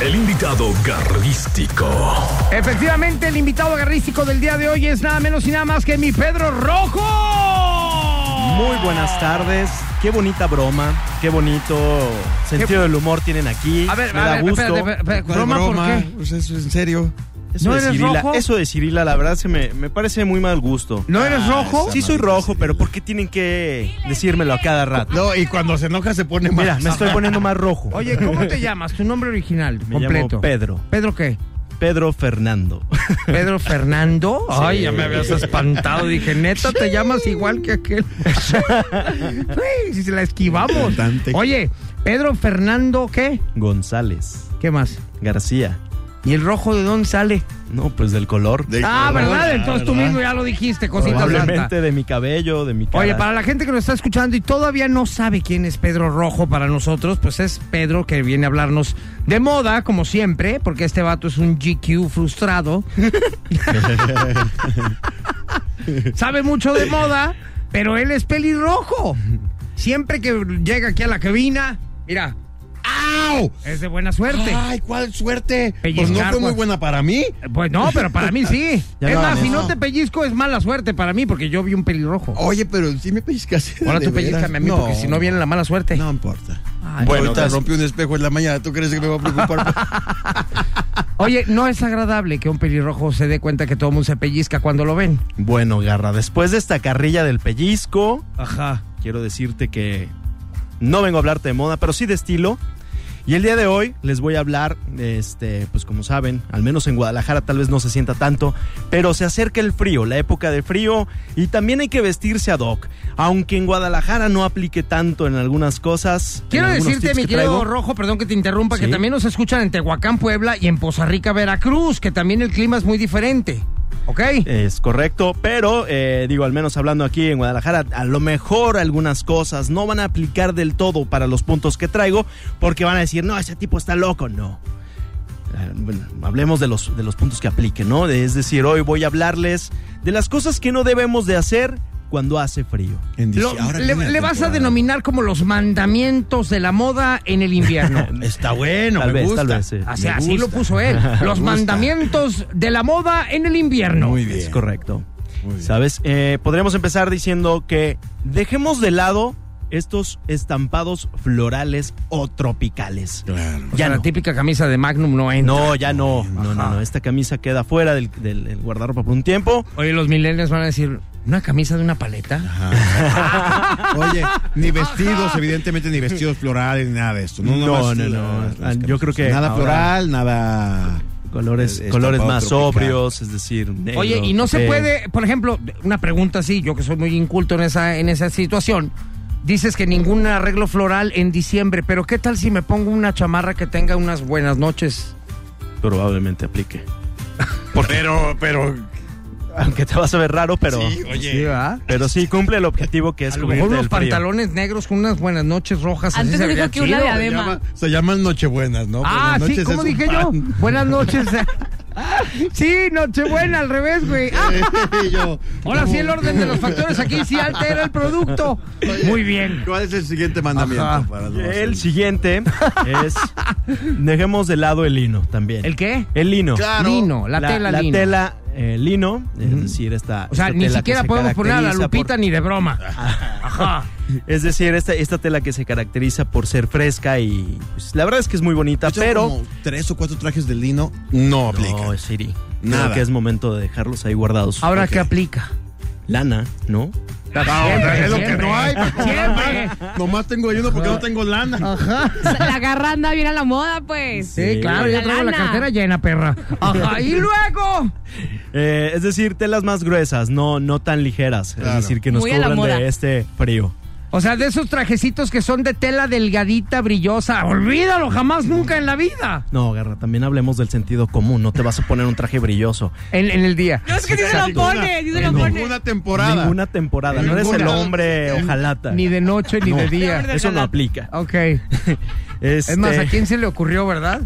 El invitado garrístico. Efectivamente, el invitado agarrístico del día de hoy es nada menos y nada más que mi Pedro Rojo. Muy buenas tardes, qué bonita broma, qué bonito sentido del humor tienen aquí. ver, me a da ver, gusto. espérate, espérate, ¿cuál ¿Broma por broma? qué? Pues eso es en serio. Eso, ¿No de eres Cirila, rojo? eso de Cirila, la verdad, se me, me parece muy mal gusto. ¿No eres Ah, rojo? esa Sí, soy rojo, pero ¿por qué tienen que decírmelo a cada rato? No, y cuando se enoja se pone más- Mira, me estoy poniendo más rojo. Oye, ¿cómo te llamas? Tu nombre original, Me completo. llamo Pedro. ¿Pedro qué? Pedro Fernando. Pedro Fernando. Sí. Ay, ya me habías espantado. Dije, neta, te llamas igual que aquel. Uy, si se la esquivamos. Cantante. Oye, Pedro Fernando, ¿qué? González. ¿Qué más? García. ¿Y el rojo de dónde sale? No, pues del color. ah, ¿verdad? Entonces tú mismo ya lo dijiste, cosita santa. Probablemente de mi cabello, de mi cara. Oye, para la gente que nos está escuchando y todavía no sabe quién es Pedro Rojo para nosotros, pues es Pedro que viene a hablarnos de moda, como siempre, porque este vato es un GQ frustrado. sabe mucho de moda, pero él es pelirrojo. Siempre que llega aquí a la cabina, mira, ¡Au! es de buena suerte. Ay, cuál suerte. Pues no Pellizcar, fue muy Juan. buena para mí. Pues no, pero para mí sí. Ya es no, más, si no. no te pellizco es mala suerte para mí, porque yo vi un pelirrojo. Oye, pero sí me pellizcaste. Ahora de tú veras. pellizcame a mí, porque si no viene la mala suerte. No importa. Ay, bueno, te ahorita- rompí un espejo en la mañana. ¿Tú crees que me va a preocupar? Oye, no es agradable que un pelirrojo se dé cuenta que todo el mundo se pellizca cuando lo ven. Bueno, Garra, después Pues de esta carrilla del pellizco, Ajá. quiero decirte que no vengo a hablarte de moda, pero sí de estilo. Y el día de hoy les voy a hablar, este, pues como saben, al menos en Guadalajara tal vez no se sienta tanto, pero se acerca el frío, la época de frío, y también hay que vestirse ad hoc. Aunque en Guadalajara no aplique tanto en algunas cosas. en Quiero algunos decirte, tips mi que querido traigo, Rojo, perdón que te interrumpa, que Sí. también nos escuchan en Tehuacán, Puebla y en Poza Rica, Veracruz, que también el clima es muy diferente. ¿Ok? Es correcto, pero eh, digo, al menos hablando aquí en Guadalajara, a lo mejor algunas cosas no van a aplicar del todo para los puntos que traigo, porque van a decir, no, ese tipo está loco, no. Eh, Bueno, hablemos de los, de los puntos que apliquen, ¿no? Es decir, hoy voy a hablarles de las cosas que no debemos de hacer cuando hace frío. En dic- Lo- ahora le viene la le vas a temporada. denominar como los mandamientos de la moda en el invierno. Está bueno, Tal me vez, gusta. tal vez, sí. O Me sea, así lo gusta. puso él. Los mandamientos de la moda en el invierno. Muy Es bien. correcto. Muy bien. ¿Sabes? Eh, podríamos empezar diciendo que dejemos de lado estos estampados florales o tropicales. Claro. O sea, Ya la no. típica camisa de Magnum no entra. No, ya no. No, no, no. Esta camisa queda fuera del, del- del guardarropa por un tiempo. Oye, los millennials van a decir, ¿una camisa de una paleta? Ajá. Oye, ni vestidos, evidentemente, ni vestidos florales, ni nada de esto. No, No, nomás no, las- no. las Ah, camisas. yo creo que Nada ahora- floral, nada. Colores, Es- colores estampado más tropical. sobrios, es decir, negro, Oye, y no se café. puede, por ejemplo, una pregunta así, yo que soy muy inculto en esa, en esa situación. Dices que ningún arreglo floral en diciembre, pero ¿qué tal si me pongo una chamarra que tenga unas buenas noches? Probablemente aplique. Pero, pero. Aunque te vas a ver raro, pero. Sí, oye. Sí, ¿verdad? Pero sí cumple el objetivo que es A lo cubrirte mejor unos del frío. pantalones negros con unas buenas noches rojas. así Antes se dijo vería que una chido. de Se, Adema. llama- se llaman Nochebuenas, ¿no? Ah, Buenas sí, noches, ¿cómo es un dije yo? pan. Buenas noches. sí, nochebuena, al revés, güey. Ah, Y yo, ahora sí el ¿cómo? orden de los factores aquí sí altera el producto. Muy bien. ¿Cuál es el siguiente mandamiento? Ajá. para no hacer- El siguiente es. Dejemos de lado el lino también. ¿El qué? El lino. Claro. Lino, la, tela La lino. tela eh, lino, es decir, esta. O sea, esta ni tela que siquiera se podemos poner a la caracteriza por- lupita ni de broma. Ajá. Es decir, esta, esta tela que se caracteriza por ser fresca y pues, la verdad es que es muy bonita, He hecho pero... como tres o cuatro trajes de lino no aplica. No, Siri. Nada. Creo que es momento de dejarlos ahí guardados. Ahora, ¿qué aplica? Lana, ¿no? Siempre, es lo que siempre. no hay. Paco. Siempre. Nomás tengo ahí uno porque no tengo lana. La garra anda bien a la moda, pues. Sí, Sí. claro, ya La traigo la lana. cartera llena, perra. Ajá, y luego. Eh, es decir, telas más gruesas, no, no tan ligeras. Es decir, que nos Muy a la cubran moda. de este frío. O sea, de esos trajecitos que son de tela delgadita, brillosa. Olvídalo, jamás, nunca en la vida. No, Garra, también hablemos del sentido común. No te vas a poner un traje brilloso. En, en el día. No, es que sí se lo pone, sí se lo pone. Ninguna temporada. Ninguna temporada. No eres el Ninguna. hombre ojalata. Ni de noche ni No, de día. Eso no aplica. Ok. Este- Es más, ¿a quién se le ocurrió, verdad?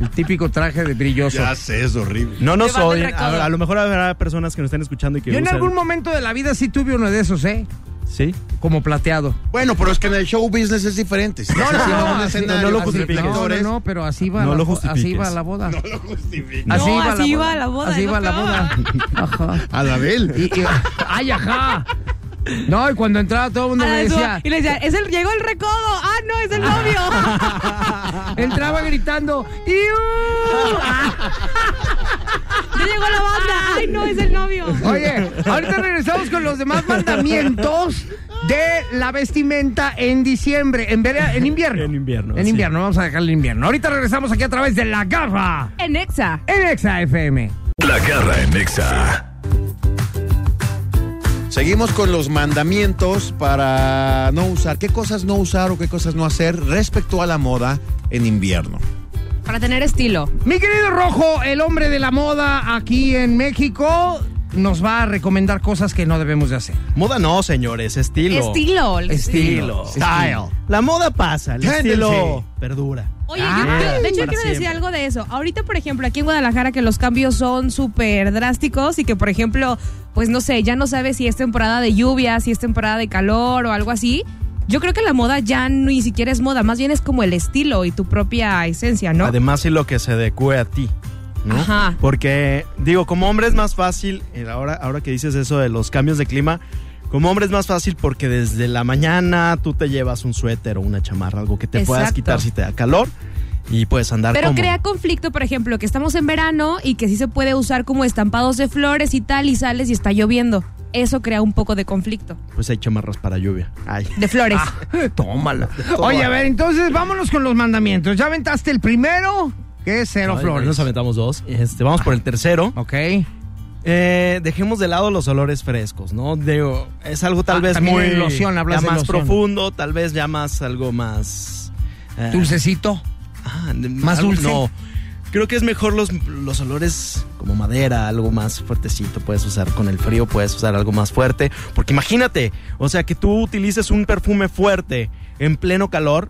El típico traje de brilloso. Ya sé, es horrible. No nos Te van del odien. recodo. A, a lo mejor habrá personas que nos estén escuchando y que Yo en usen- algún momento de la vida sí tuve uno de esos, ¿eh? Sí. Como plateado. Bueno, pero es que en el show business es diferente. Si No, estás no, haciendo no, un así- escenario no lo con justifiques. No, no, reflectores, no, pero así va, No la, lo bo- así justifiques. va la boda. No lo justifiques. Así No, va así la boda. va la boda, Así es va lo la peor. boda. Ajá. A la Bel. Y- y- ¡Ay, ajá! No, y cuando entraba todo el mundo A me las dos. decía... Y le decía, es el, llegó el recodo. Ah, no, es el novio. Entraba gritando... ¡Iu! Ya llegó la banda. Ay, no, es el novio. Oye, ahorita regresamos con los demás mandamientos de la vestimenta en diciembre, en, vera- en invierno. En invierno. En invierno, vamos a dejar el invierno. Ahorita regresamos aquí a través de La Garra En Exa. en Exa FM. La garra en Exa. Seguimos con los mandamientos para no usar. ¿Qué cosas no usar o qué cosas no hacer respecto a la moda en invierno? Para tener estilo. Mi querido Rojo, el hombre de la moda aquí en México, nos va a recomendar cosas que no debemos de hacer. Moda no, señores. Estilo. Estilo, el Estilo. estilo. Style. La moda pasa. El Tendency. estilo perdura. Oye, Ah, yo- yo- de hecho yo para quiero decir siempre. algo de eso. Ahorita, por ejemplo, aquí en Guadalajara que los cambios son súper drásticos y que, por ejemplo, pues no sé, ya no sabes si es temporada de lluvia, si es temporada de calor o algo así. Yo creo que la moda ya ni siquiera es moda, más bien es como el estilo y tu propia esencia, ¿no? Además, y lo que se adecue a ti. ¿no? Ajá. Porque, digo, como hombre es más fácil, eh, ahora, ahora que dices eso de los cambios de clima, como hombre es más fácil porque desde la mañana tú te llevas un suéter o una chamarra, algo que te puedas Exacto. quitar si te da calor y puedes andar Pero cómodo. crea conflicto, por ejemplo, que estamos en verano y que sí se puede usar como estampados de flores y tal y sales y está lloviendo. Eso crea un poco de conflicto. Pues hay chamarras para lluvia. Ay. De flores. Ah. tómala. Oye, a ver, entonces vámonos con los mandamientos. ¿Ya aventaste el primero? Que es cero Ay, flores. Nos aventamos dos. Este, vamos por el tercero. Ok. Eh, dejemos de lado los olores frescos, ¿no? Digo, es algo tal Ah, vez también muy. en loción, hablas ya de más loción. profundo, tal vez ya más algo más. eh, Dulcecito. ah, de- ¿Más algo- dulce? No. Creo que es mejor los, los olores como madera, algo más fuertecito. Puedes usar con el frío, puedes usar algo más fuerte. Porque imagínate, o sea, que tú utilices un perfume fuerte en pleno calor,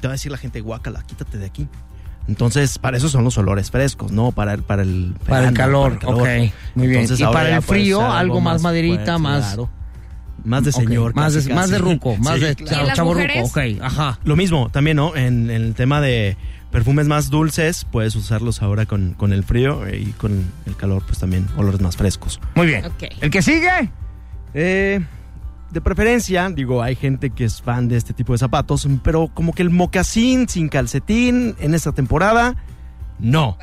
te va a decir la gente, guácala, quítate de aquí. Entonces, para eso son los olores frescos, ¿no? Para el, para el, Ah, Para el calor, ok, muy bien. Entonces, Y ahora para ya el puede frío, ser algo más maderita, más- Más de Ok, señor. más casi, de- más casi. de ruco, más de claro. chavo- ¿Y en las chavo ruco, mujeres? ok, ajá. Lo mismo, también, ¿no? En, en el tema de perfumes más dulces, puedes usarlos ahora con, con el frío eh, y con el calor, pues también olores más frescos. Muy bien. ¿El que sigue? Eh, de preferencia, digo, hay gente que es fan de este tipo de zapatos, pero como que el mocasín sin calcetín en esta temporada, no.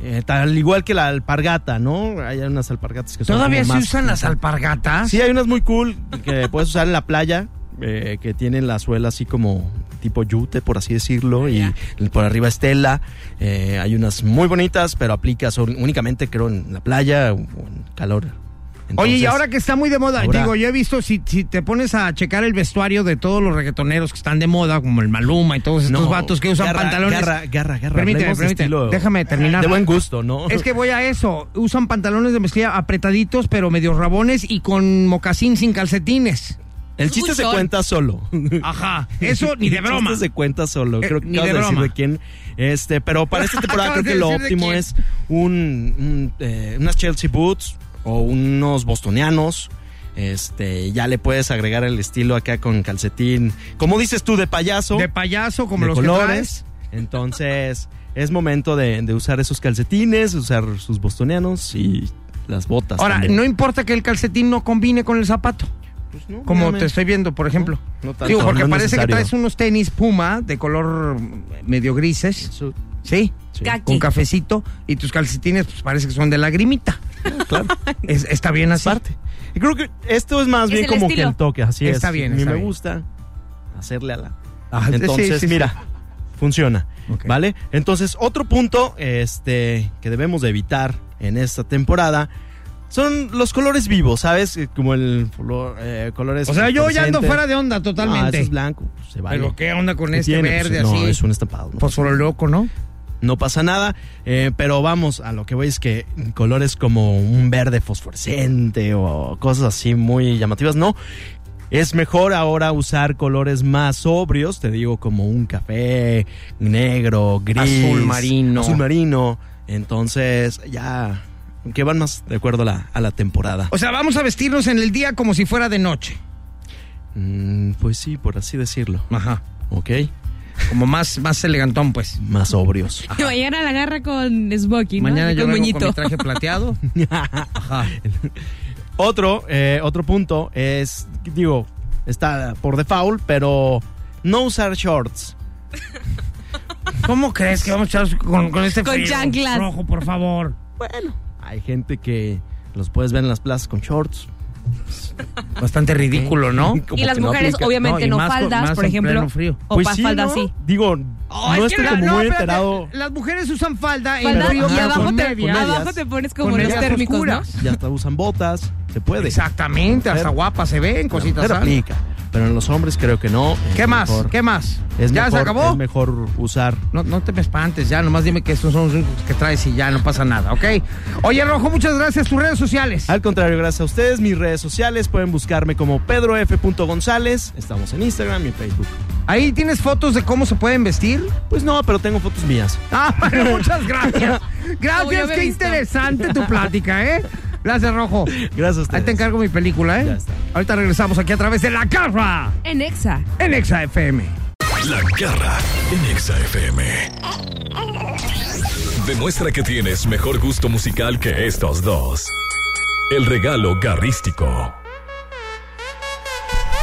Eh, tal igual que la alpargata, ¿no? Hay unas alpargatas que son ¿Todavía como se más- usan las alpargatas? Sí, hay unas muy cool que puedes usar en la playa, eh, que tienen la suela así como tipo yute, por así decirlo, y por arriba es tela. Eh, hay unas muy bonitas, pero aplicas sol- únicamente, creo, en la playa o en calor. Oye, y Entonces, ahora que está muy de moda, ahora- digo, yo he visto, si, si te pones a checar el vestuario de todos los reggaetoneros que están de moda, como el Maluma y todos estos No, vatos que usan garra, pantalones. Garra, garra, garra. Permíteme, hablemos de permíteme, estilo- déjame terminar. De buen gusto, ¿no? Es que voy a eso. Usan pantalones de mezclilla apretaditos, pero medio rabones y con mocasín sin calcetines. El chiste se cuenta solo. Ajá, eso ni de El broma. chiste se cuenta solo. Eh, Creo que ni acabas de de decir broma. de quién. Este, pero para esta temporada Acabas creo que de lo decir de óptimo quién. es un, un, eh, unas Chelsea Boots o unos bostonianos. Este, ya le puedes agregar el estilo acá con calcetín. Como dices tú, de payaso. De payaso, como de los que colores. Entonces, es momento de, de usar esos calcetines, usar sus bostonianos y las botas. Ahora, también. Pues no importa que el calcetín no combine con el zapato. como obviamente. te estoy viendo, por ejemplo. No, no tanto, Digo, porque no es parece que necesario. traes unos tenis Puma de color mm, medio grises. ¿Sí? Kaki. Con cafecito y tus calcetines pues parece que son de lagrimita. Es- está bien así. Y creo que esto es más Es bien el como estilo. que el toque, así es. Está bien, A mí está me bien. gusta hacerle a la. Ah, sí, Entonces, sí, sí. mira, funciona, ¿vale? Entonces, otro punto este, que debemos de evitar en esta temporada Son los colores vivos, ¿sabes? Eh, Como el flor- eh, colores. O sea, yo ya ando fuera de onda Ah, eso totalmente. es blanco. se vale. Pero qué onda con este tiene? verde Pues, así. No, es un estampado. Pues por lo loco, ¿no? No pasa nada, eh, pero vamos, a lo que voy es que colores como un verde fosforescente o cosas así muy llamativas, no. Es mejor ahora usar colores más sobrios, te digo, como un café, negro, gris. Azul marino. Azul marino. Entonces, ya, que van más de acuerdo a la, a la temporada. O sea, vamos a vestirnos en el día como si fuera de noche. Mm, pues sí, por así decirlo. Ajá. Ok. Como más, más elegantón, pues. Más sobrios. Y mañana la agarra con smoking, ¿no? Mañana Así yo con vengo con moñito. mi traje plateado. Ajá. Otro, eh, otro punto es, digo, está por default, pero no usar shorts. ¿Cómo crees que vamos a echar con, con este Con frío? chanclas. rojo, por favor? Bueno. Hay gente que los puedes ver en las plazas con shorts. Bastante ridículo, ¿no? Y las mujeres, obviamente, no, faldas, por ejemplo. O Pues pa- sí, falda ¿no? así. Digo, Oh, no es que estoy la- como no, muy espérate, enterado. Las mujeres usan falda, en Falda, frío, y pero abajo con te- medias. abajo te pones como Con los medias térmicos, oscuras. Ya hasta usan botas, se puede. Exactamente, hasta guapas se ven, cositas Pero así. aplica. Pero en los hombres creo que no. ¿Qué Es más? mejor- ¿Qué más? Es ¿Ya se mejor- acabó? Es mejor usar. No, no te me espantes, ya, nomás dime que estos son los únicos que traes y ya no pasa nada, ¿ok? Oye, Rojo, muchas gracias. Tus redes sociales. Al contrario, gracias a ustedes. Mis redes sociales pueden buscarme como Pedro F. González. Estamos en Instagram y en Facebook. ¿Ahí tienes fotos de cómo se pueden vestir? Pues no, pero tengo fotos mías. Ah, bueno, muchas gracias. Como yo Gracias, me qué he visto. interesante tu plática, ¿eh? Gracias, Rojo. Gracias a ustedes. Ahí te encargo mi película, ¿eh? Ahorita regresamos aquí a través de La Garra En Exa. en Exa FM. La garra en Exa FM. Demuestra que tienes mejor gusto musical que estos dos. El regalo garrístico.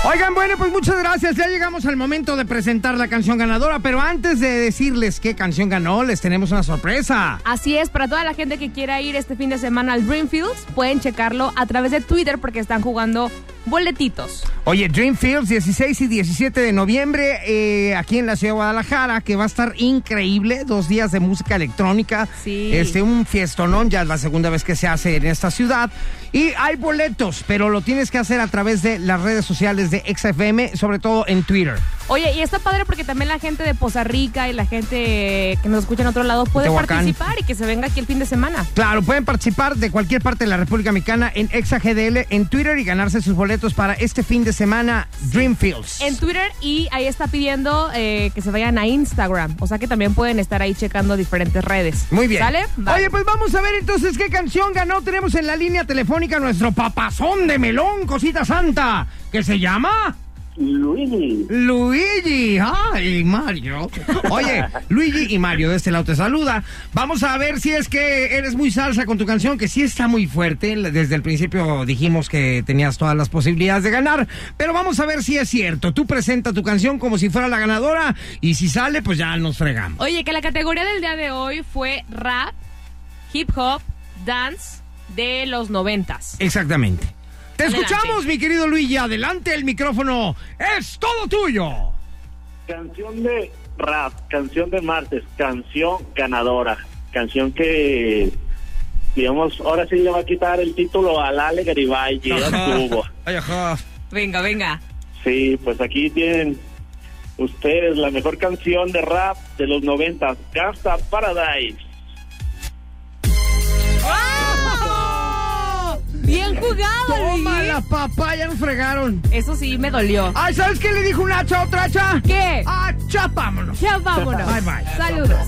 Oigan, bueno, pues muchas gracias. Ya llegamos al momento de presentar la canción ganadora, pero antes de decirles qué canción ganó, les tenemos una sorpresa. Así es, para toda la gente que quiera ir este fin de semana al Dreamfields, pueden checarlo a través de Twitter porque están jugando boletitos. Oye, Dreamfields, 16 y 17 de noviembre, eh, aquí en la ciudad de Guadalajara, que va a estar increíble. Dos días de música electrónica. Sí. Este, un fiestonón, ya es la segunda vez que se hace en esta ciudad. Y hay boletos, pero lo tienes que hacer a través de las redes sociales de XFM, sobre todo en Twitter. Oye, y está padre porque también la gente de Poza Rica y la gente que nos escucha en otro lado puede Tehuacán. participar y que se venga aquí el fin de semana. Claro, pueden participar de cualquier parte de la República Mexicana en ExaGDL en Twitter y ganarse sus boletos para este fin de semana Dreamfields. En Twitter y ahí está pidiendo eh, que se vayan a Instagram. O sea que también pueden estar ahí checando diferentes redes. Muy bien. ¿Sale? Oye, pues vamos a ver entonces qué canción ganó. Tenemos en la línea telefónica nuestro papazón de melón, cosita santa, que se llama... Luigi. Luigi. Ay, Mario. Oye, Luigi y Mario, de este lado te saluda. Vamos a ver si es que eres muy salsa con tu canción, que sí está muy fuerte. Desde el principio dijimos que tenías todas las posibilidades de ganar, pero vamos a ver si es cierto. Tú presenta tu canción como si fuera la ganadora y si sale, pues ya nos fregamos. Oye, que la categoría del día de hoy fue rap, hip hop, dance de los noventas. Exactamente. Te Adelante. escuchamos, mi querido Luigi. Adelante, el micrófono es todo tuyo. Canción de rap, canción de martes, canción ganadora, canción que, digamos, ahora sí le va a quitar el título al Ale Garibay, ya estuvo. Venga, venga. Sí, pues aquí tienen ustedes la mejor canción de rap de los 90, Gangsta Paradise. Bien jugado, Toma la papá, ya nos fregaron. Eso sí, me dolió. Ay, ¿sabes qué le dijo una hacha a otra hacha? ¿Qué? Ah, chapámonos. Ya vámonos. Ah. Bye, bye. Saludos.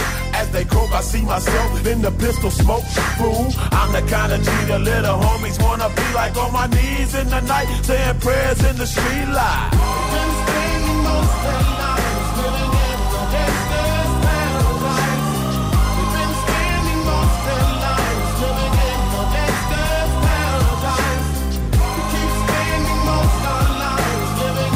As they croak, I see myself in the pistol smoke. Fool, I'm the kind of G the little homies wanna be like on my knees in the night, saying prayers in the street light. Paradise. We keep spending most our lives living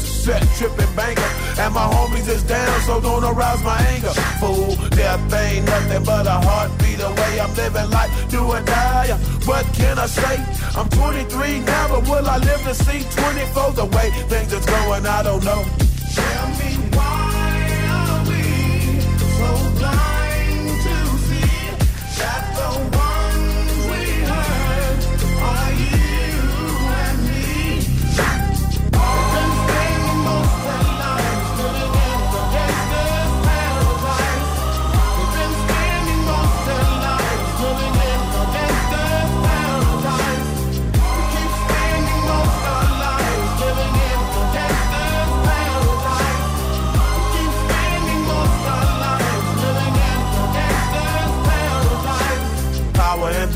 set tripping banker. And my homies is down, so don't arouse my anger. Fool, death ain't nothing but a heartbeat away. I'm living life, do or die. What can I say? I'm 23 now, but will I live to see 24? The way things is going, I don't know. Tell me why are we so blind to see that the ones we hurt are you and me? Power and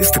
Este